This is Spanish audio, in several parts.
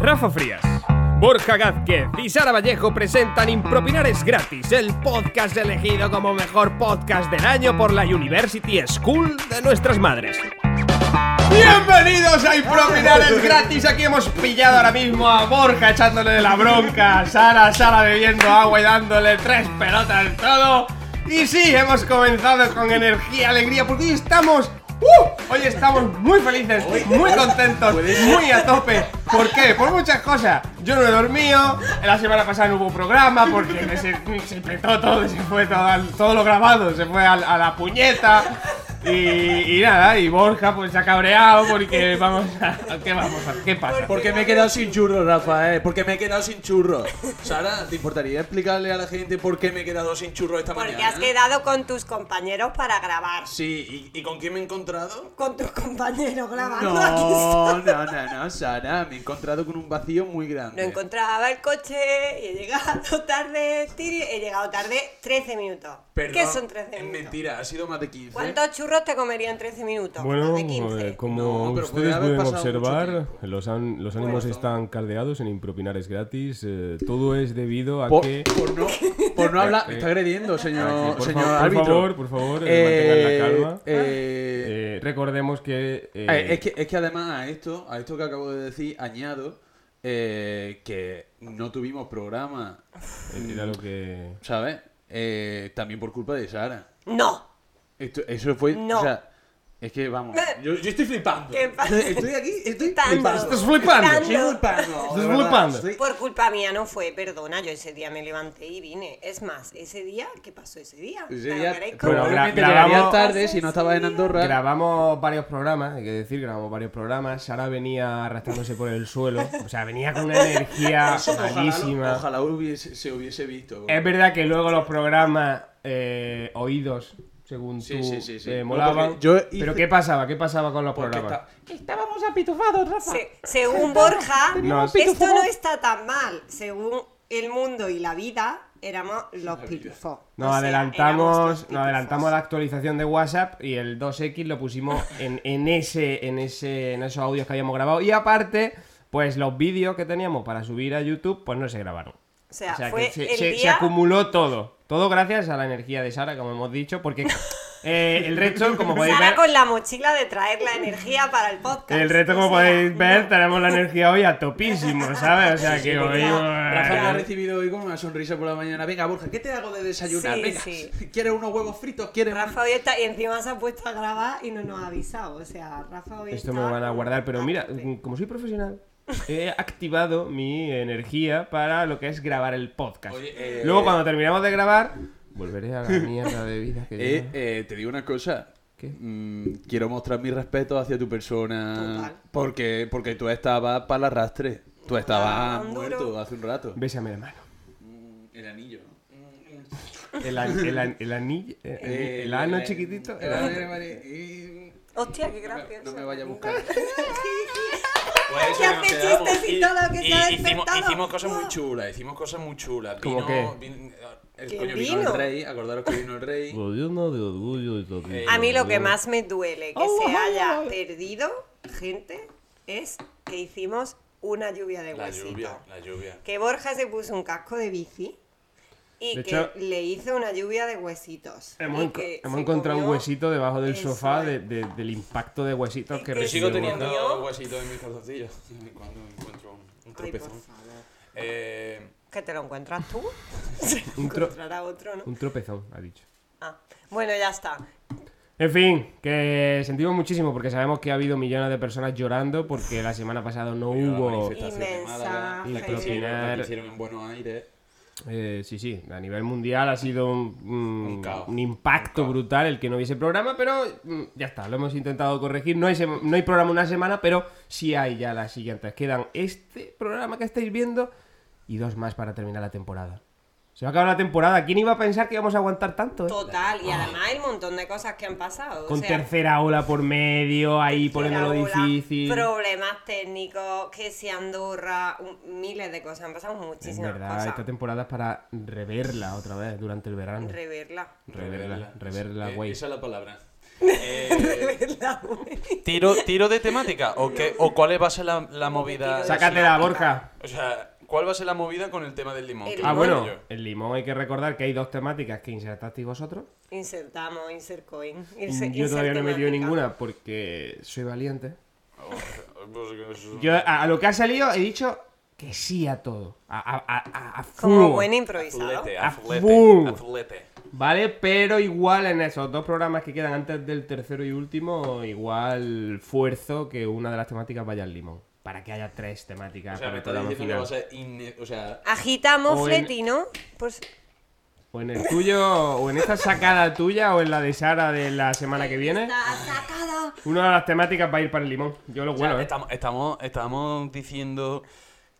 Rafa Frías, Borja Gázquez y Sara Vallejo presentan Impropinares Gratis, el podcast elegido como mejor podcast del año por la University School de nuestras madres. Bienvenidos a Impropinares Gratis. Aquí hemos pillado ahora mismo a Borja echándole de la bronca, a Sara, Sara bebiendo agua y dándole tres pelotas al todo. Y sí, hemos comenzado con energía, alegría, porque hoy estamos. ¡uh! Hoy estamos muy felices, muy contentos, muy a tope. ¿Por qué? Por muchas cosas. Yo no he dormido, la semana pasada no hubo programa porque se, se petó todo, se fue todo, al- todo lo grabado, se fue al- a la puñeta. Y, y nada, y Borja pues se ha cabreado porque vamos a... ¿Qué vamos a- ¿Qué pasa? Porque me he quedado sin churros, Rafa, eh. Porque me he quedado sin churros. Sara, ¿te importaría explicarle a la gente por qué me he quedado sin churros esta Porque mañana? has quedado con tus compañeros para grabar. Sí, ¿y, y con quién me he encontrado? Con tus compañeros grabando aquí. No, no, no, no, Sara, me he encontrado con un vacío muy No grande. encontraba el coche y he llegado tarde. tiri, He llegado tarde 13 minutos. Perdón, ¿Qué son 13 Es minutos? mentira, ¿eh? ha sido más de 15. ¿Cuántos churros te comería en 13 minutos? Bueno, De 15. eh, como No, pero podría ustedes pueden haber pasado mucho observar, tiempo. los, an- los ánimos están caldeados en impropinares gratis. eh, todo es debido a Por, que. por no, por no hablar, me está agrediendo, señor, Aquí, por, señor fa- por árbitro. favor, por favor, eh, mantengan la calma. eh, Eh, recordemos que. eh, Eh, es, que, es que además a esto, a esto que acabo de decir, añado eh, que no tuvimos programa, era lo que. ¿sabes? Eh, también por culpa de Sara. No. Esto- eso fue. No. O sea, es que vamos. Yo, yo estoy flipando. ¿Qué pasa? Estoy aquí, estoy Tanto. flipando. Estás flipando. Tanto. Estoy flipando. Estás de verdad, flipando. estoy- Por culpa mía no fue, perdona, yo ese día me levanté y vine. Es más, ese día, ¿qué pasó ese día? Ese ¿Me lo día queréis Bueno, contar? probablemente gra- llegaría grabamos- tarde si no estaba en Andorra. Grabamos varios programas, hay que decir, grabamos varios programas. Sara venía arrastrándose por el suelo. O sea, venía con una energía Eso ojalá, malísima. ojalá hubiese, se hubiese visto. Es verdad que luego los programas eh, oídos, según Sí, tú, sí, sí, sí. eh, No, molaban. porque yo hice- Pero ¿qué pasaba? ¿Qué pasaba con los Porque programas? está- Estábamos apitufados, Rafa. Se- según Borja, Teníamos esto pitufo. no está tan mal. Según el mundo y la vida, éramos los pitufos. Nos Ah, O sea, éramos los adelantamos, pitufos. nos adelantamos a la actualización de WhatsApp y el 2X lo pusimos en, en ese, en ese, en esos audios que habíamos grabado. Y aparte, pues los vídeos que teníamos para subir a YouTube, pues no se grabaron. O sea, O sea, fue que se, el se- se día... acumuló todo. Todo gracias a la energía de Sara, como hemos dicho, porque eh, el resto, como podéis Sara ver, con la mochila de traer la energía para el podcast. el resto, O como sea, podéis no. ver, tenemos la energía hoy a topísimo, ¿sabes? O sea, que hoy... eh, Rafa me ha recibido hoy con una sonrisa por la mañana. Venga, Borja, ¿qué te hago de desayunar? Sí, Venga, sí. ¿quieres unos huevos fritos? ¿Quieres Rafa hoy está... Y encima se ha puesto a grabar y no nos ha avisado. O sea, Rafa hoy Esto me está- lo van a guardar, pero mira, mm, tope. como soy profesional, he activado mi energía para lo que es grabar el podcast. Oye, eh, Luego, cuando terminamos de grabar, volveré a la mierda de vida que Eh, llevo. eh, te digo una cosa. ¿Qué? Mm, quiero mostrar mi respeto hacia tu persona. Total. Ah, Porque, porque tú estabas para el arrastre. Tú estabas duro. muerto hace un rato. Bésame la mano. El anillo. El, an- el, an- el anillo, el, Eh, el ano chiquitito. el ano. Hostia, qué gracioso. No me vaya a buscar. Que hace chistes y todo lo que se ha hicimos, despertado. Ah. hicimos cosas muy chulas, hicimos cososas muy chulas. ¿Cómo Vino, qué? vin- el ¿Qué coño vino? vino. Vino el rey, acordaros que vino el rey. Gobierno de orgullo y todo. Eh, A mí lo que más me duele que Oh, se haya perdido gente es que hicimos una lluvia de La huesitos. lluvia, la lluvia. Que Borja se puso un casco de bici y De que hecho- le hizo una lluvia de huesitos. Hemos, Y enco- que hemos se encontrado un comió- huesito debajo del Eso sofá es. de- de- del impacto de huesitos que Yo Yo recibió. sigo sigo teniendo comió. huesitos en mis calzoncillos cuando encuentro un, un Ay, por tropezón. favor. Eh, Que te lo encuentras tú. Un tro- Encontrará otro, ¿no? Un tropezón, ha dicho. Ah, bueno, ya está. En fin, que sentimos muchísimo porque sabemos que ha habido millones de personas llorando porque la semana pasada no hubo... manifestación. Inmensa la que felicidad. hicieron- la que hicieron en Buenos Aires. Eh, sí, sí, a nivel mundial ha sido un, un- Un caos. un impacto brutal el que no hubiese programa, pero mm, ya está, lo hemos intentado corregir. No hay, sema- no hay programa una semana, pero sí hay ya las siguientes. Quedan este programa que estáis viendo y dos más para terminar la temporada. Se va a acabar la temporada. ¿Quién iba a pensar que íbamos a aguantar tanto? eh? Total, y además el montón de cosas que han pasado. o Con sea, tercera ola por medio, ahí poniéndolo Era bola, difícil. Problemas técnicos, que si Andorra, un- miles de cosas. Han pasado Es muchísimas verdad, cosas. esta temporada es para reverla otra vez durante el verano. Reverla. Reverla, reverla, Eh, güey. Esa es la palabra. Eh, ¿tiro, ¿Tiro de temática? ¿O, qué, o cuál va a ser la, la movida? Sácatela, Borja. O sea, ¿cuál va a ser la movida con el tema del limón? El Que Ah, lo bueno, digo yo. el limón hay que recordar que hay dos temáticas que insertasteis vosotros. Insertamos, insert coin. insert- Yo todavía no me dio insert ninguna porque soy valiente. Oh, pues que eso- Ah, Yo a, a lo que ha salido he dicho que sí a todo. A, a- a- a- a temática. Como full. buen improvisado. Azulete, A azulete, full. azulete. Vale, pero igual en esos dos programas que quedan antes del tercero y último, igual fuerzo que una de las temáticas vaya al limón. Para que haya tres temáticas O sea, para me el estás programa diciendo final. que va a ser... inne- O sea, Agitamos O en- fletino. Pues O en el tuyo, o en esta sacada tuya, o en la de Sara de la semana que viene. está sacada. Una de las temáticas va a ir para el limón. Yo lo O sea, huelo, ¿eh? estamos, estamos, estamos diciendo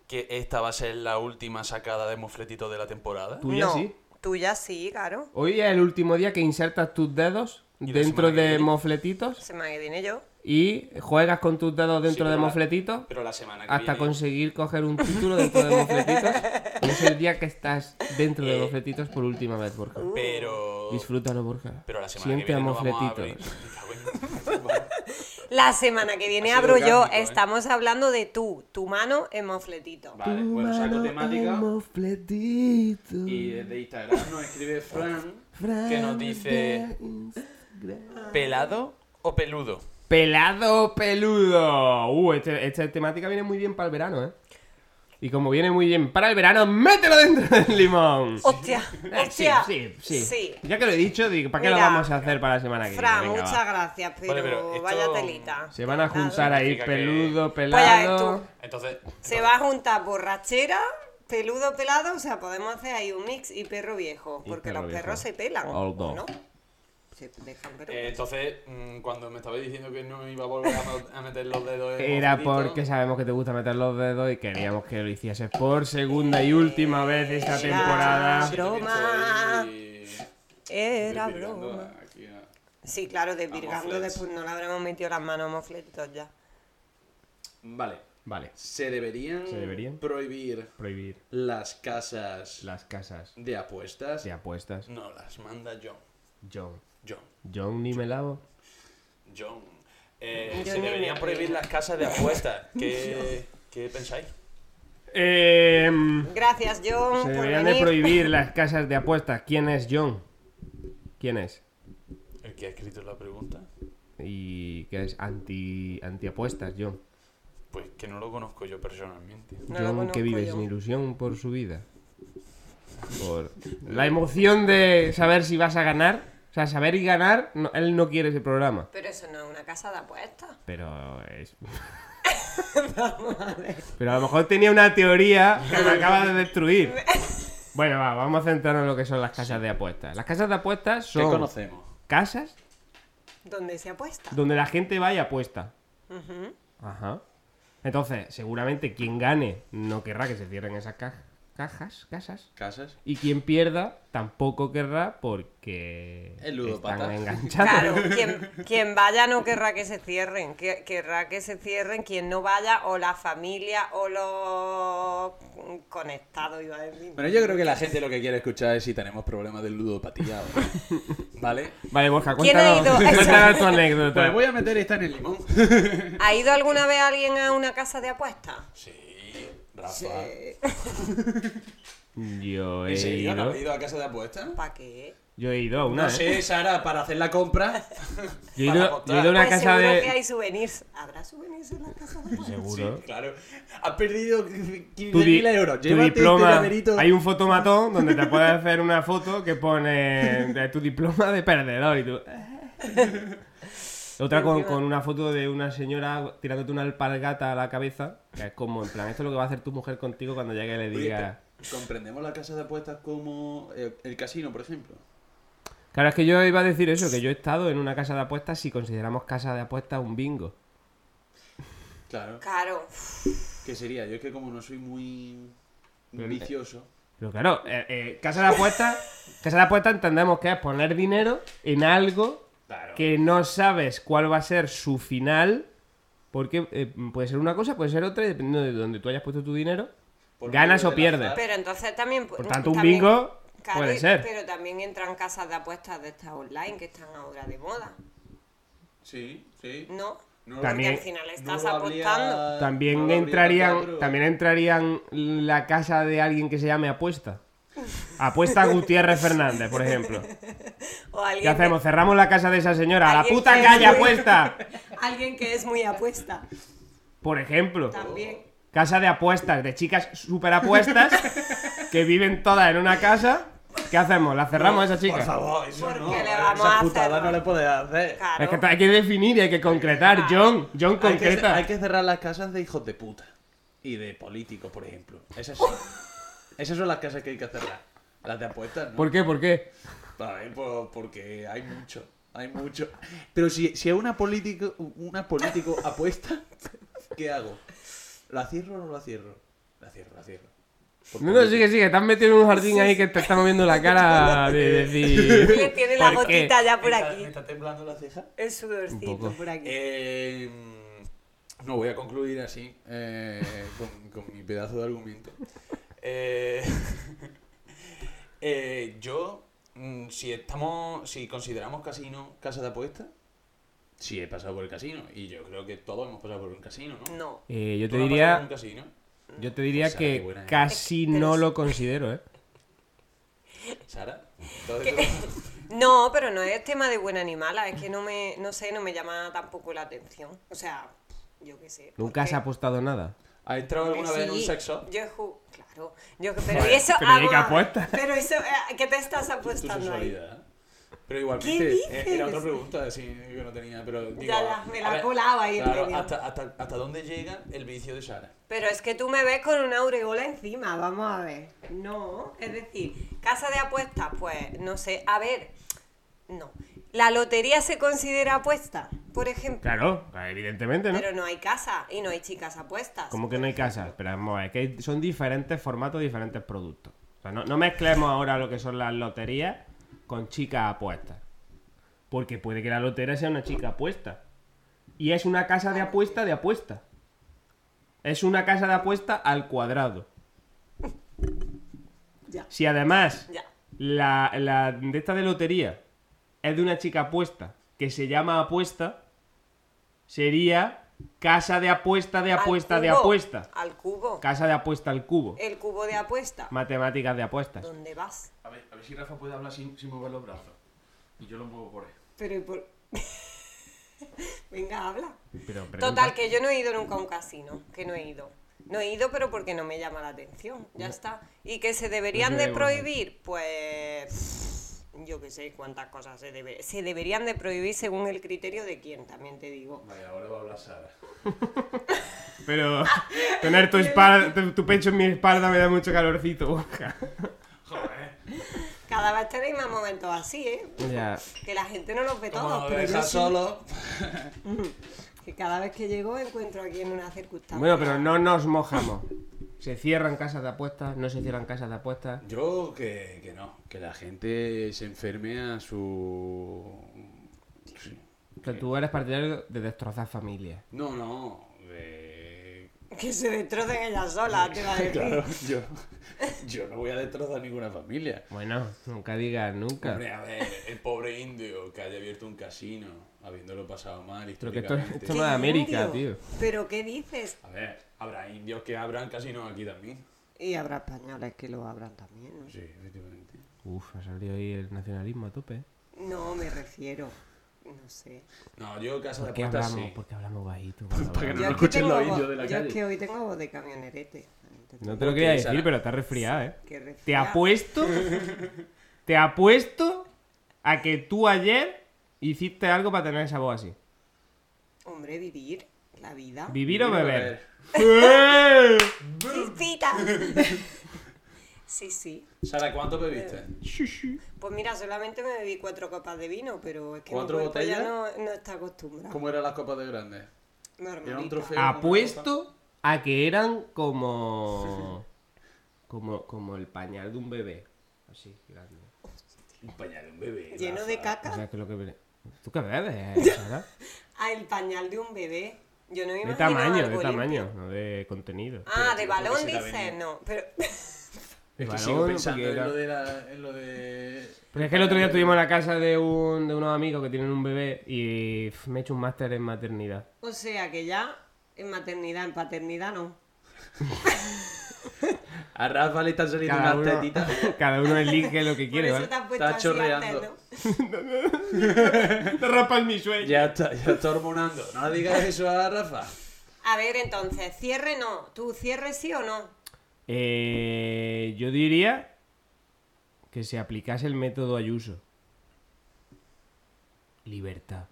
que esta va a ser la última sacada de mofletito de la temporada. Tuya no, sí. Tuya sí, claro. Hoy es el último día que insertas tus dedos Y la dentro semana que de viene. mofletitos Se me viene yo. y juegas con tus dedos dentro pero de la- mofletitos Pero la semana que hasta viene... conseguir coger un título dentro de mofletitos. Y es el día que estás dentro de Eh. mofletitos por última vez, Borja. Pero... Disfrútalo, Borja. Pero la semana Siente que a viene no vamos a abrir. mofletitos. La semana que viene Ha sido abro yo. orgánico, ¿eh? Estamos hablando de tú, tu mano en mofletito. vale, bueno, saco temática y desde Instagram nos escribe Fran que nos dice pelado o peludo. Pelado peludo. Uh, este- esta temática viene muy bien para el verano, ¿eh? Y como viene muy bien para el verano, mételo dentro del limón. Hostia, Eh, sí, hostia. sí, sí, Sí. Ya que lo he dicho, digo, ¿para qué lo Mira, vamos a hacer para la semana que Fran, viene? Venga, va. muchas gracias, pero, Vale, pero esto- vaya telita. Se van a juntar ahí Significa que- peludo, Vaya, pelado. pues tú. Entonces, Se va a juntar borrachera, peludo pelado, o sea, podemos hacer ahí un mix y perro viejo, Y porque perro los viejo. perros se pelan, All ¿o dog. ¿no? Se dejan pero eh, entonces mm, cuando me estabais diciendo que no iba a volver a, ma- a meter los dedos en Era mofletito, porque sabemos que te gusta meter los dedos y queríamos que lo hicieses por segunda y última vez esta Era temporada. sí, que Broma. estoy- Era estoy tirando broma. aquí a- Sí, claro, desvirgando mofletes. después no le habremos metido las manos a mofletitos ya. Vale. Vale, ¿Se deberían, ¿Se deberían? prohibir prohibir las casas las casas de apuestas? de apuestas. No, las manda John. John. John. John ni me lavo. John. Eh, Yo se ni me deberían río. prohibir las casas de apuestas. ¿Qué, ¿Qué pensáis? Eh, Gracias, se John, por deberían de venir. prohibir las casas de apuestas. ¿Quién es John? ¿Quién es? El que ha escrito la pregunta. Y que es anti antiapuestas, John. Pues que no lo conozco yo personalmente. No lo John conozco que vive yo. sin ilusión por su vida. Por la emoción de saber si vas a ganar. O sea, saber y ganar, no- él no quiere ese programa. Pero eso no es una casa de apuestas. Pero es. Pero a lo mejor tenía una teoría que me acaba de destruir. Bueno, va, vamos a centrarnos en lo que son las casas de apuestas. Las casas de apuestas ¿Qué son conocemos? casas ¿Dónde se apuesta? donde la gente va y apuesta. Ajá. Entonces, seguramente quien gane no querrá que se cierren esas ca- cajas, casas. ¿Casas? Y quien pierda tampoco querrá porque El ludópata. están enganchados. Claro, quien, quien vaya no querrá que se cierren, que- querrá que se cierren quien no vaya o la familia o los conectados, iba a decir. Bueno, yo creo que la gente lo que quiere escuchar es si tenemos problemas de ludopatía. ¿no? ¿Vale? Vale, Borja, ¿Quién ha cuéntanos, ido? cuéntanos tu anécdota. Pues voy a meter esta en el limón. ¿Ha ido alguna vez alguien a una casa de apuestas? Pues, Sí, Rafa. Yo he ¿En serio? ¿No ido. has ido a casa de apuestas? ¿Para qué? Yo he ido a una. No ¿eh? sé, Sara, para hacer la compra. Yo he para ido, yo he ido a una Pues casa seguro de. que hay souvenirs. ¿Habrá souvenirs en la casa de apuestas? Seguro. Claro. Has perdido Tu, di- 15.000 euros. tu Llévate este diploma. llaverito. Hay un fotomatón donde te puedes hacer una foto que pone de tu diploma de perdedor y tú. eh. Otra con, con una foto de una señora tirándote una alpargata a la cabeza, que es como, en plan, esto es lo que va a hacer tu mujer contigo cuando llegue y le Oye, diga... pero ¿Comprendemos la casa de apuestas como eh, el casino, por ejemplo? Claro, es que yo iba a decir eso, que yo he estado en una casa de apuestas si consideramos casa de apuestas un bingo. Claro. Claro. ¿Qué sería? Yo es que como no soy muy eh, vicioso. Pero claro, eh, eh, casa de apuestas, casa de apuestas entendemos que es poner dinero en algo Claro. que no sabes cuál va a ser su final, porque eh, puede ser una cosa, puede ser otra, y dependiendo de donde tú hayas puesto tu dinero, Por ganas medio o del pierdes. azar. Pero entonces también... Por tanto, un también- bingo Claro, puede y- ser. Pero también entran casas de apuestas de estas online que están ahora de moda. Sí, sí. No, No También- porque al final estás no lo habría- apostando. no También lo habría entrarían, cuatro. también entrarían la casa de alguien que se llame Apuesta. Apuesta Gutiérrez Fernández, por ejemplo. O alguien ¿Qué hacemos? Cerramos la casa de esa señora. ¡A la Alguien puta que- calle Apuesta! que- alguien que es muy apuesta Por ejemplo. también. Casa de apuestas, de chicas super apuestas que viven todas en una casa. ¿Qué hacemos? ¿La cerramos a esa chica? Por favor, eso Porque no. le Esa vamos a putada hacer- no le puedes hacer. Claro. Es que hay que definir y hay que concretar. John, John Hay que, concreta. hay que cerrar las casas de hijos de puta. Y de políticos, por ejemplo. Esas sí. Esas son las casas que hay que cerrar. Las de apuestas, ¿no? ¿Por qué? ¿Por qué? A ver, por- porque hay mucho. Hay mucho. Pero si, si a una político, una político apuesta, ¿qué hago? ¿La cierro o no la cierro? La cierro, la cierro. Por No, no, político. sigue, sigue. Te has metido en un jardín ahí que te está moviendo la cara de Que decir. tiene la ¿por qué? gotita ya por ¿Me está- aquí. ¿Me está temblando la ceja? El sudorcito por aquí. Em, Eh, no, voy a concluir así, eh, con, con mi pedazo de argumento. Eh, eh, yo, mm, si estamos, si consideramos casino casa de apuestas, sí he pasado por el casino. Y yo creo que todos hemos pasado por un casino, ¿no? No. Eh, yo ¿Tú te no has pasado por diría, un casino? yo te diría Pues, ah, qué que buena, ¿eh? casi no lo considero, ¿eh? ¿eh? ¿Sara? Entonces, tú- No, pero no es tema de buena ni mala, es que no me, no sé, no me llama tampoco la atención. O sea, yo qué sé. Nunca has porque- apostado nada. ¿Has entrado alguna Sí, vez en un sexo? Yo he ju- claro. Yo, pero Vale, eso. pero ¿y vamos qué a ver, apuestas? Pero eso, eh, ¿qué te estás tu apostando ahí? sexualidad. Pero igualmente, eh, era otra dices? pregunta, así que no tenía, pero digo, Ya, ya, me la a ver, colaba ahí en Claro, medio. hasta, hasta, hasta dónde llega el vicio de Sara. Pero es que tú me ves con una aureola encima, vamos a ver. No, es decir, casa de apuestas, pues no sé, a ver, no. ¿La lotería se considera apuesta, por ejemplo? Claro, evidentemente, ¿no? Pero no hay casa y no hay chicas apuestas. Como que no hay casas, pero vamos, es que hay- son diferentes formatos, diferentes productos. O sea, no, no mezclemos ahora lo que son las loterías con chicas apuestas. Porque puede que la lotería sea una chica apuesta. Y es una casa de apuesta de apuesta. Es una casa de apuesta al cuadrado. Ya. Si además Ya. la, la de esta de lotería es de una chica apuesta que se llama apuesta, sería casa de apuesta de Al apuesta de cubo, apuesta. Al cubo. Casa de apuesta al cubo. El cubo de apuesta. Matemáticas de apuestas. ¿Dónde vas? A ver, a ver si Rafa puede hablar sin, sin mover los brazos. Y yo lo muevo por él. Pero ¿y por... Venga, habla. Pero pregunta- Total, que yo no he ido nunca a un casino, que no he ido. No he ido, pero porque no me llama la atención, ya está. ¿Y que se deberían No de sé, bueno. prohibir? Pues... Yo qué sé cuántas cosas se, debe- se deberían de prohibir según el criterio de quién, también te digo. Vale, ahora va a hablar Sara. Pero tener tu, espal- tu, tu pecho en mi espalda me da mucho calorcito. Borja. Cada vez tenéis más momentos así, ¿eh? ya. Que la gente no los ve Como todos, me Ah, pero yo dejas sí. solo, Que cada vez que llego me encuentro aquí en una circunstancia. Bueno, pero no nos mojamos. Se cierran casas de apuestas, no se cierran casas de apuestas. Yo que, que no, que la gente se enferme a su... sí. Que tú eres partidario de destrozar familias. No, no, eh, de- Que se destrocen ellas solas, te va a decir. Claro, yo, yo no voy a destrozar ninguna familia. Bueno, nunca digas nunca. Hombre, a ver, el pobre indio que haya abierto un casino, habiéndolo pasado mal Pero que esto, es- históricamente. esto no es ¿Qué América, indio? tío. ¿Pero qué dices? A ver, habrá indios que abran casinos aquí también. Y habrá españoles que lo abran también, ¿no? Sí, efectivamente. Uf, ha salido ahí el nacionalismo a tope. ¿eh? No, me refiero. No sé. No, yo casa de ¿Por qué apuestas hablamos? sí. ¿Por qué hablamos bajito? cuando Para que hablamos? no lo es que escuchen tengo los voz- indios de la yo es que calle. hoy tengo voz de camionerete. No te lo quería Sara. decir, pero estás resfriada, ¿eh? Qué Te resfriada. apuesto, te apuesto a que tú ayer hiciste algo para tener esa voz así. Hombre, vivir la vida. ¿Vivir o Vivir o beber? ¡Eh! ¡Chispita! sí, sí. Sara, ¿cuánto bebiste? Pues mira, solamente me bebí cuatro copas de vino, pero es que ¿Cuatro mi cuerpo ya botellas? no, no está acostumbrado. ¿Cómo eran las copas de grandes? Normalita. Era un trofeo. apuesto a que eran como... como como el pañal de un bebé. Así, grande. Un pañal de un bebé. Lleno de O caca. sea, que lo que... bebe- ¿Tú qué bebes, Sara? Ah, el pañal de un bebé. Yo no me De imagino tamaño, algo de limpio. tamaño, no de contenido. Ah, de tío, ¿por qué balón se la dices, venía? no, pero... Es que Varón, sigo pensando porque en era- lo de la- en lo de... Pero es que el otro día estuvimos en la casa de, un, de unos amigos que tienen un bebé y pf, me he hecho un máster en maternidad. O sea que ya en maternidad, en paternidad no. A Rafa le están saliendo Cada unas uno, tetitas. cada uno elige lo que Por quiere, eso ¿vale? te has puesto Está así antes, chorreando. ¿no? Te rompas mi sueño. Ya está, ya está hormonando. No le digas eso a Rafa. A ver, entonces, cierre no. ¿Tú cierre sí o no? Eh, yo diría que se aplicase el método Ayuso. Libertad.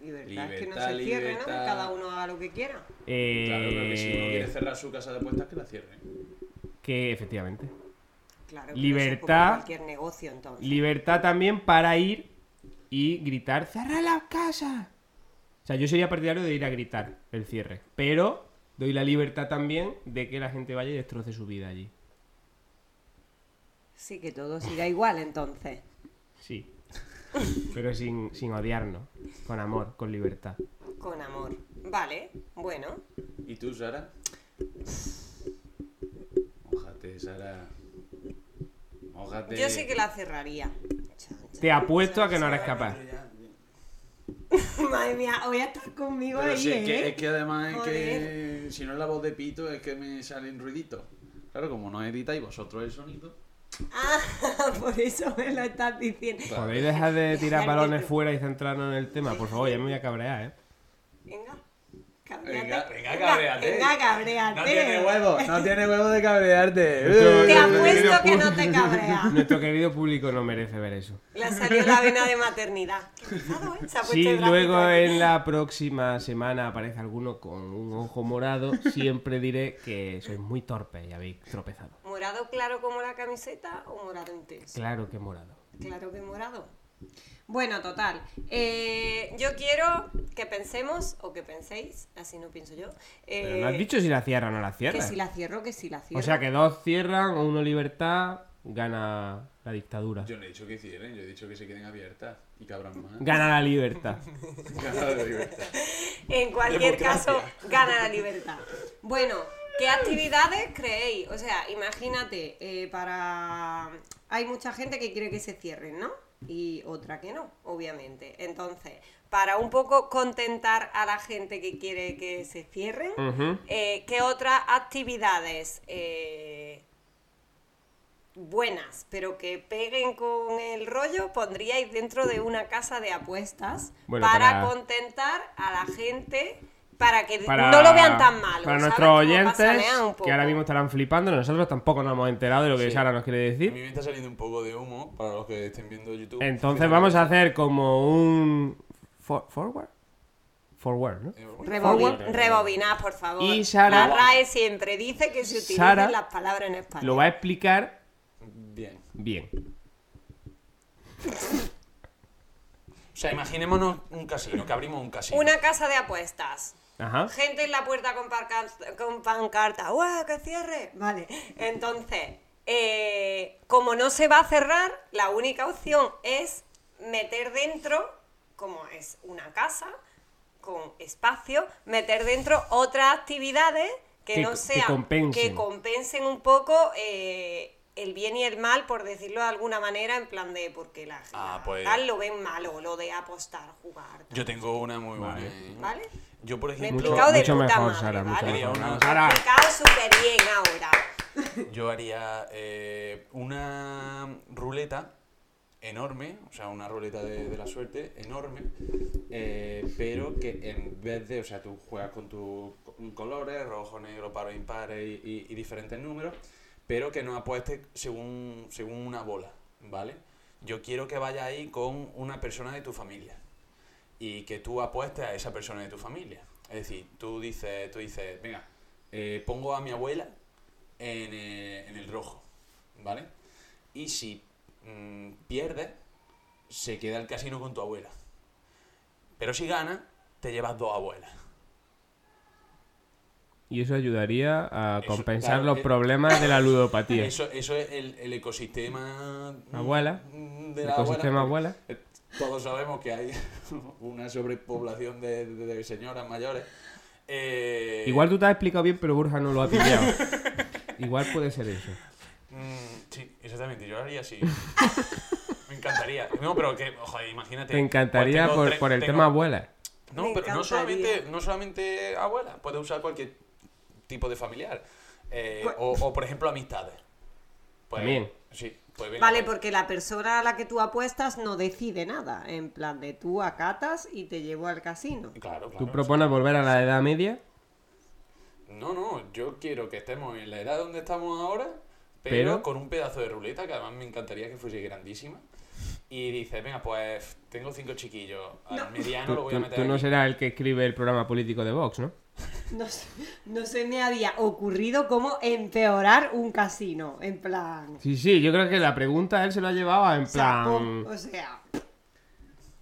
Libertad, es que no Libertad, se cierre, ¿no? Que libertad. cada uno haga lo que quiera. Eh, Claro, porque si no quiere cerrar su casa de apuestas, que la cierre. que efectivamente. Claro. que No se Libertad. ponga cualquier negocio, entonces. Libertad también para ir y gritar ¡Cerra la casa! O sea, yo sería partidario de ir a gritar el cierre. Pero doy la libertad también de que la gente vaya y destroce su vida allí. Sí, que todo siga igual, entonces. Sí. Pero sin, sin odiarnos. Con amor, con libertad. Con amor. Vale, bueno. ¿Y tú, Sara? Mójate, Sara. Mójate. Yo sí que la cerraría. Chan, chan, Te apuesto a que no chan, eres capaz. chan. Madre mía, voy a estar conmigo Pero ahí, si es, que, ¿eh? es que además es que Joder. si no es la voz de Pito es que me salen ruiditos. Claro, como no editáis vosotros el sonido. Ah, por eso me lo estás diciendo. ¿Podéis dejar de tirar Dejar de- balones fuera y centrarnos en el tema? Por favor, ya me voy a cabrear, ¿eh? Venga. cabréate. Venga, venga, cabréate. Venga, cabréate. Eh. huevo, no tiene huevo de cabrearte. Esto- Te Nuestro querido apuesto que no público- te cabrea. Nuestro querido público no merece ver eso. Le ha salido la vena de maternidad. Qué pesado, ¿eh? Se ha puesto Si el brazo luego todo. en la próxima semana aparece alguno con un ojo morado, siempre diré que sois muy torpes y habéis tropezado. ¿Morado claro como la camiseta o morado intenso? Claro que morado. Claro que morado. Bueno, total. eh, yo quiero que pensemos, o que penséis, así no pienso yo. eh, Pero no has dicho si la cierra o no la que cierra. si la cierro, que si la cierro. O sea que dos cierran, uno libertad, gana la dictadura. Yo no he dicho que cierren, yo he dicho que se queden abiertas y cabrón más. Gana la libertad. Claro, de libertad. En cualquier caso, gana la libertad. Bueno, ¿qué actividades creéis? O sea, imagínate, eh, para. Hay mucha gente que quiere que se cierren, ¿no? Y otra que no, obviamente. Entonces, para un poco contentar a la gente que quiere que se cierren, Ujú. eh, ¿qué otras actividades eh, buenas, pero que peguen con el rollo, pondríais dentro de una casa de apuestas Bueno, para, para- contentar a la gente para que Para- no lo vean tan malo. Para ¿sabes? nuestros Como oyentes, pasanea un poco. que ahora mismo estarán flipando, nosotros tampoco nos hemos enterado de lo que Sí. Sara nos quiere A decir. mí me está saliendo un poco de humo para los que estén viendo YouTube. Entonces vamos a hacer como un... for- ¿Forward? Forward, ¿no? Eh, Rebobin- rebobinar, por favor. Y Sara- La RAE siempre dice que se utilizan Sara las palabras en español. Lo va a explicar Bien. bien. O sea, imaginémonos un casino, que abrimos un casino. Una casa de apuestas. Ajá. Gente en la puerta con, parca- con pancarta. ¡Uah, que cierre! Vale. Entonces, eh, como no se va a cerrar, la única opción es meter dentro, como es una casa con espacio, meter dentro otras actividades que, Que co- no que sean compensen. que compensen un poco eh, el bien y el mal, por decirlo de alguna manera, en plan de porque la gente Ah, pues. lo ven malo, lo de apostar, jugar. tal. Yo tengo una muy buena. Vale. ¿eh? ¿Vale? Yo, por Me he ejemplo, explicado de mucho puta mejor, madre, Sara, ¿vale? mucho mejor. Me he Vamos, Sara. explicado súper bien ahora. yo haría eh, una ruleta enorme, o sea, una ruleta de, de la suerte enorme, eh, pero que en vez de, o sea, tú juegas con tus co- colores, rojo, negro, paro, impar y, y- y diferentes números, pero que no apuestes según, según una bola, ¿vale? Yo quiero que vaya ahí con una persona de tu familia y que tú apuestes a esa persona de tu familia. Es decir, tú dices, tú dices venga, eh, pongo a mi abuela en, eh, en el rojo, ¿vale? Y si mm, pierdes, se queda el casino con tu abuela. Pero si ganas, te llevas dos abuelas. Y eso ayudaría a Eso, compensar claro, los eh, problemas de la ludopatía. Eso, eso es el, el ecosistema... mm, Abuela. mm, De la Ecosistema abuela. Eh, Todos sabemos que hay una sobrepoblación de, de- de señoras mayores. Eh, Igual tú te has explicado bien, pero Burja no lo ha pillado. Igual puede ser eso. Mm, sí, exactamente, yo haría así. Me encantaría. No, pero que, ojo, imagínate. Te encantaría pues tengo por, tres- por el tengo- tema abuela. No, Me pero no encantaría. solamente, no solamente abuela, puede usar cualquier tipo de familiar. Eh, Pues- o, o, por ejemplo, amistades. Pues, También. Sí, pues venga, Vale, pues- porque la persona a la que tú apuestas no decide nada. En plan de tú acatas y te llevo al casino. Claro, ¿Tú claro. propones volver a la Edad Media? No, no, yo quiero que estemos en la edad donde estamos ahora, pero, Pero- con un pedazo de ruleta que además me encantaría que fuese grandísima. Y dices, venga, pues tengo cinco chiquillos. Al mediano Tú, lo voy a tú- meter. tú no aquí". serás el que escribe el programa político de Vox, ¿no? No, se- no se me había ocurrido cómo empeorar un casino. En plan. Sí, sí, yo creo que la pregunta él se lo ha llevado a, en sapo, plan... o sea.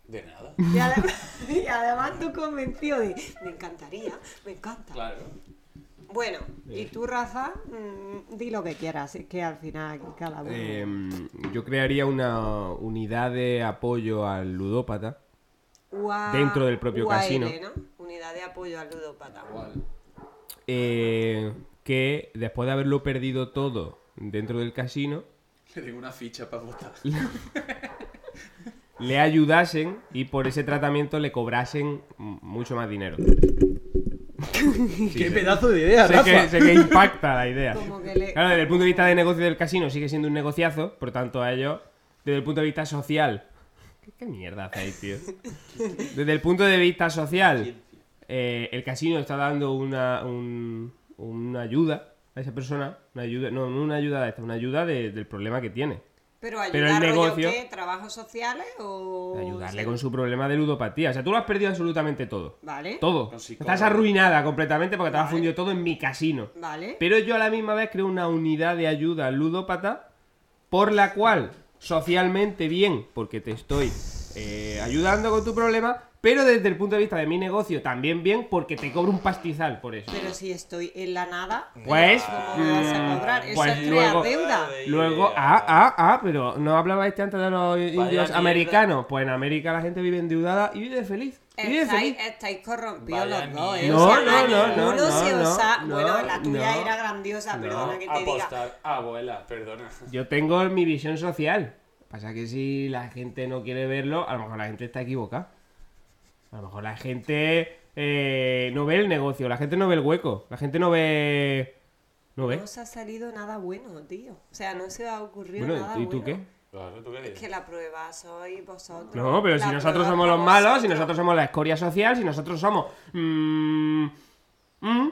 De nada. Y además, y además tú convencido de. Me encantaría, me encanta. Claro. Bueno, y tú, Rafa, Mm, di lo que quieras. Es que al final cada uno. eh, yo crearía una unidad de apoyo al ludópata. Ua- dentro del propio UAL, casino. ¿no? Unidad de apoyo al ludópata. eh, que después de haberlo perdido todo dentro del casino, Le tengo una ficha para votar. le ayudasen y por ese tratamiento le cobrasen m- mucho más dinero. ¡Qué pedazo de idea, Sé que, Rafa! sé que impacta la idea. Como que le- Claro, desde el punto de vista de negocio del casino sigue siendo un negociazo, por tanto a ellos, desde el punto de vista social... ¿Qué, qué mierda hacéis, tío? Desde el punto de vista social, eh, el casino está dando una, un- una ayuda a esa persona, una ayuda, no, no una ayuda de esta, una ayuda de- del problema que tiene. Pero Pero ayudar el rollo, negocio- ¿qué? ¿Trabajos sociales o.? Ayudarle con su problema de ludopatía. O sea, tú lo has perdido absolutamente todo. Vale. Todo. Con psicólogo. Estás arruinada completamente porque te has Vale. fundido todo en mi casino. Vale. Pero yo a la misma vez creo una unidad de ayuda al ludópata por la cual socialmente bien, porque te estoy eh, ayudando con tu problema, pero desde el punto de vista de mi negocio también bien porque te cobro un pastizal por eso. Pero si estoy en la nada, Pues, Ah, ¿cómo me vas a mm, cobrar? Eso pues es crear luego, deuda. Luego, ah, ah, ah, pero no hablabais este antes de los indios mierda. americanos. Pues en América la gente vive endeudada y vive feliz. Y vive Estáis, feliz. estáis corrompidos Vaya los dos, ¿eh? mierda. O sea, No, a no, no, ninguno no, se os no, ha- no, bueno, la tuya no. era grandiosa, perdona que te diga. Apostar. Abuela, perdona. Yo tengo mi visión social. Pasa que si la gente no quiere verlo, a lo mejor la gente está equivocada. A lo mejor la gente eh, no ve el negocio, la gente no ve el hueco, la gente no ve. No ve. No os ha salido nada bueno, tío. O sea, no se os ha ocurrido Bueno, nada ¿y tú qué? bueno. Claro, ¿tú qué Es dices? que la prueba sois vosotros. No, pero La si nosotros prueba somos los sois malos, si vosotros. nosotros somos la escoria social, si nosotros somos. mm, mm,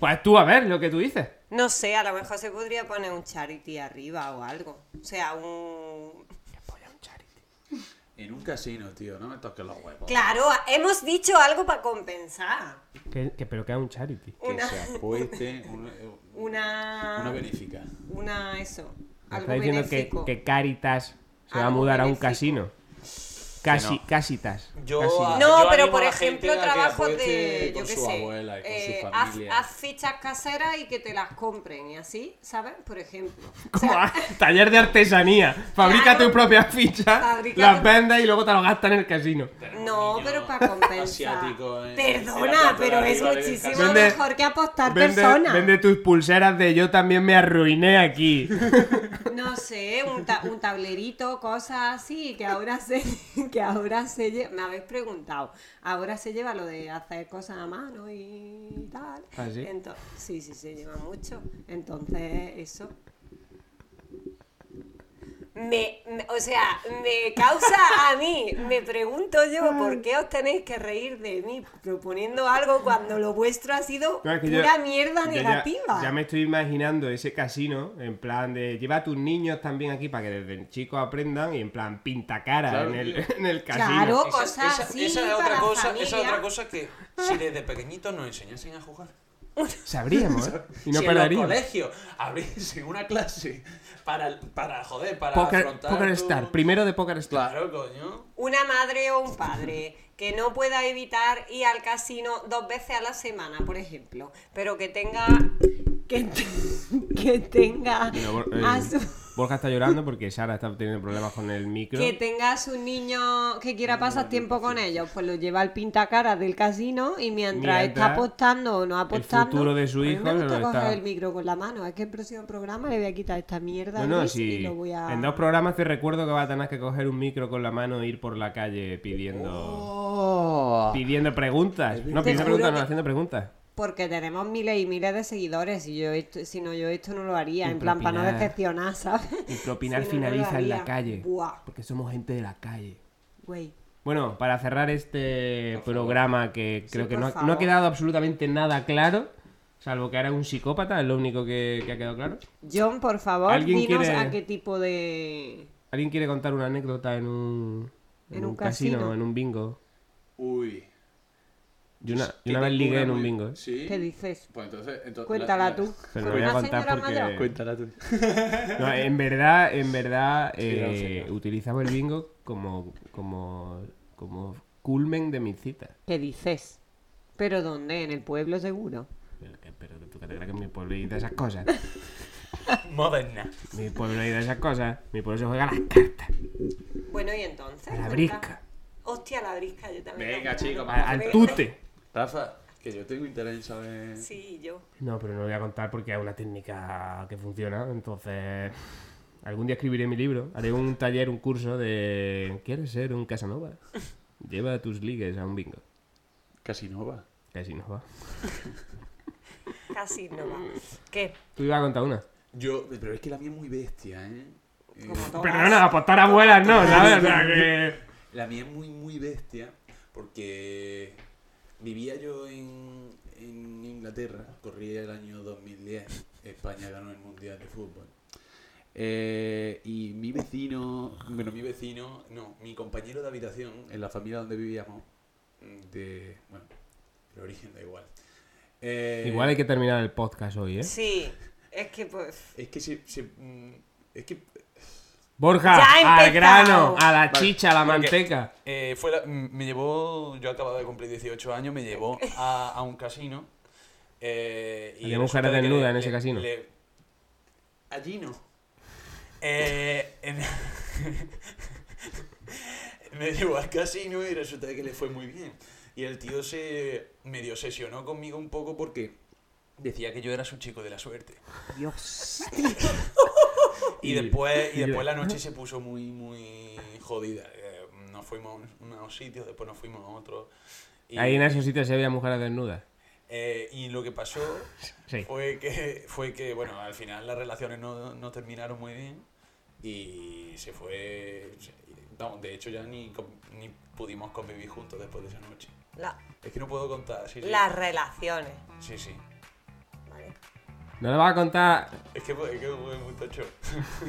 pues tú a ver lo que tú dices. No sé, a lo mejor se podría poner un charity arriba o algo. O sea, un... En un casino, tío, no me toques los huevos. Claro, hemos dicho algo para compensar. Que, que- pero que es un charity. Que Una- se apueste una, eh, Una... una benéfica. una eso. Me está Algo diciendo que, benéfico. que Caritas se va a Algo mudar a un benéfico. casino. Casi, Que no. Casitas. Yo casi- a- No, Yo pero animo a por la gente ejemplo, a que trabajos apueste de. con Yo qué su sé. abuela y con eh, su haz- familia. Haz, fichas caseras y que te las compren y así, ¿sabes? Por ejemplo. O Como sea, a- taller de artesanía. Fabrica Claro. tu propia ficha, Fabrica las tu- vendes y luego te lo gastas en el casino. no, niño pero para compensar. asiático eh, en- en la Perdona, plaza de pero es arriba del muchísimo casino. Vende- mejor que apostar Vende, personas. vende tus pulseras de yo también me arruiné aquí. No sé, un, ta- un tablerito, cosas así, que ahora se que ahora se lleva, me habéis preguntado, ahora se lleva lo de hacer cosas a mano y tal. ¿Ah, sí? Ento- sí, sí, se lleva mucho. Entonces, eso. Me, me- o sea, me causa a mí, me pregunto yo, ¿por qué os tenéis que reír de mí proponiendo algo cuando lo vuestro ha sido No, es que yo- pura mierda yo ya- negativa? Ya, me estoy imaginando ese casino en plan de lleva a tus niños también aquí para que desde chicos aprendan y en plan pinta cara Claro, en, el, tío. en el casino. Claro. Esa- cosas esa- así esa es para otra cosa, familia. esa es otra cosa que si desde pequeñitos nos enseñasen a jugar. Sabríamos, ¿eh? Y no si en los perderíamos. colegios abriesen una clase para, para joder, para Poker, afrontar Poker tu- Star, primero de Poker Star. Claro, coño. una madre o un padre que no pueda evitar ir al casino dos veces a la semana, por ejemplo, pero que tenga que, te- que tenga Mira, por- eh. a Ah, su Borja está llorando porque Sara está teniendo problemas con el micro. Que tengas un niño que quiera pasar tiempo con ellos, pues lo lleva al pintacaras del casino y mientras, Mientras está apostando o no apostando. futuro de su a mí hijo Me gusta se lo coger está- el micro con la mano. Es que el próximo programa le voy a quitar esta mierda No, a no, Luis sí. y lo voy a. En dos programas te recuerdo que vas a tener que coger un micro con la mano e ir por la calle pidiendo. Pidiendo preguntas. No, pidiendo Te juro preguntas, no, que- haciendo preguntas. Porque tenemos miles y miles de seguidores y yo esto, si no yo esto no lo haría, Y en plan para no propinar. decepcionar, ¿sabes? Y propinar Si no, no lo finaliza en la haría. calle. Buah, Porque somos gente de la calle. güey. Bueno, para cerrar este programa que creo que por no ha, favor. no ha quedado absolutamente nada claro, salvo que era un psicópata, es lo único que, que ha quedado claro. John, por favor, ¿Alguien dinos quiere- a qué tipo de ¿Alguien quiere contar una anécdota en un, En un casino, casino. en un bingo? Uy. Yo una, yo Que una vez te ligué cura en un muy- bingo. ¿eh? Sí. ¿Qué dices? Pues entonces. entonces- Cuéntala la- la- tú. Se lo Con voy a una contar señora porque- mayor. Cuéntala tú. No, en verdad, en verdad, era un eh, señor. utilizaba el bingo como, como, como culmen de mis citas. ¿Qué dices? ¿Pero dónde? ¿En el pueblo seguro? Pero, que- Eh, pero que tú que te crees que en mi pueblo hay de esas cosas. Moderna. Mi pueblo hay de esas cosas. Mi pueblo se juega a las cartas, Bueno, y entonces. a la Cuenta. brisca, Hostia, la brisca, yo también. la Venga, quiero. chicos, a- vamos. al tute. Rafa, que yo tengo interés en saber. Sí, yo. No, pero no lo voy a contar porque es una técnica que funciona. Entonces, algún día escribiré mi libro. Haré un taller, un curso de... ¿Quieres ser un Casanova? Lleva tus ligues a un bingo. Casinova. Casi no va. Casi no va. ¿Qué? Tú ibas a contar una. Yo, pero es que la mía es muy bestia, ¿eh? Eh, Como todas. Perdona, apostar abuelas no, ¿sabes? O sea que... La mía es muy, muy bestia porque vivía yo en, en Inglaterra, corría el año 2010, España ganó el Mundial de Fútbol. Eh, y mi vecino, bueno, mi vecino, no, mi compañero de habitación en la familia donde vivíamos, de, bueno, el origen da igual. Eh, Igual hay que terminar el podcast hoy, ¿eh? Sí, es que pues. Es que se- se, mm, es que Borja, Ya ha al empezado. grano, a la chicha, a la porque- manteca. Eh, fue la- m- me llevó, yo acababa de cumplir 18 años, me llevó a, a un casino. eh, y Había resulta mujeres de que desnudas en ese casino. le- allí no. eh, en- me llevó al casino y resulta de que le fue muy bien. Y el tío se medio sesionó conmigo un poco porque decía que yo era su chico de la suerte. Dios. Y Y- después, y y yo- después la noche se puso muy, muy jodida. Eh, Nos fuimos a unos sitios, después nos fuimos a otros. Y, Ahí en esos sitios se había mujeres desnudas. eh, y lo que pasó Sí. fue que, fue que, bueno, al final las relaciones no, no terminaron muy bien y se fue... se- no, de hecho ya ni, con- ni pudimos convivir juntos después de esa noche. La- Es que no puedo contar, sí, sí. las relaciones. Sí, sí. Vale. No lo vas a contar. Es que fue, es que fue muy tocho.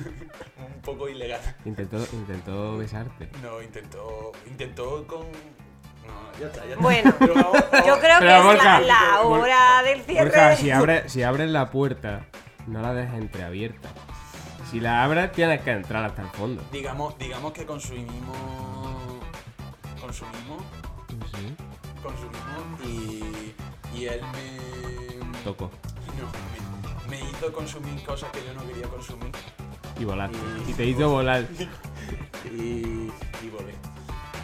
Un poco ilegal. Intentó, intentó besarte. No, intentó. Intentó con. No, ya está, ya está. Bueno, Pero vamos, Yo creo que Pero, es Borja, la, la Bor- hora del cierre. Borja, si abres, si abres la puerta, no la dejes entreabierta. Si la abres, tienes que entrar hasta el fondo. Digamos, digamos que consumimos. Consumimos. Consumimos y. Y él me. Toco. No, me, me hizo consumir cosas que yo no quería consumir Y volaste. Y- Y te hizo volar. y. Y volé.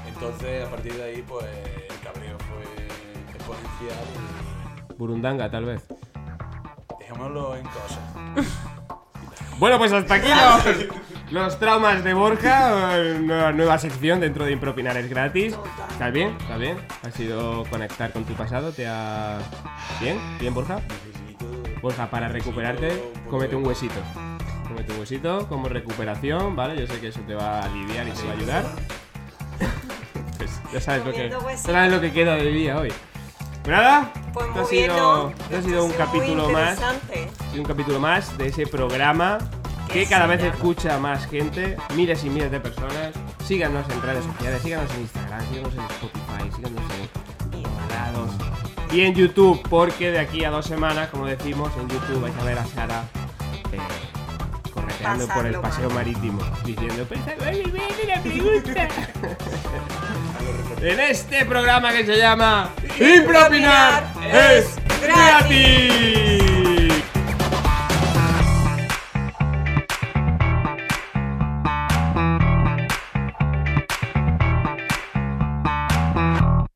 Entonces, a partir de ahí, pues. El cabreo fue exponencial Burundanga, tal vez. y. Dejémoslo en cosas. Bueno, pues hasta aquí los, los traumas de Borja, eh, nueva, nueva sección dentro de Impropinares gratis. ¿Estás bien? ¿Estás bien? ¿Has sido conectar con tu pasado? ¿Te ha... ¿Bien? ¿Bien, Borja? Borja, Pues, para recuperarte, cómete un huesito. Cómete un huesito como recuperación, ¿vale? Yo sé que eso te va a aliviar y te va a ayudar. Pues ya sabes lo que, Comiendo huesito. sabes lo que queda de día hoy. Pues nada, Pues esto muy ha bien, sido, ¿no? esto ha Esto sido un muy capítulo más interesante. y un capítulo más de ese programa que Que cada se vez llama- escucha más gente, miles y miles de personas. Síganos en redes sociales, síganos en Instagram, síganos en Spotify, síganos en Ovalados y en YouTube, porque de aquí a dos semanas, como decimos, en YouTube vais a ver a Sara eh, correteando por el paseo Pasarlo marítimo, diciendo, "Pues, "Pensa- ¡Ay, viene la pregunta! en este programa que se llama Impropinar Impropinar es es gratis. gratis.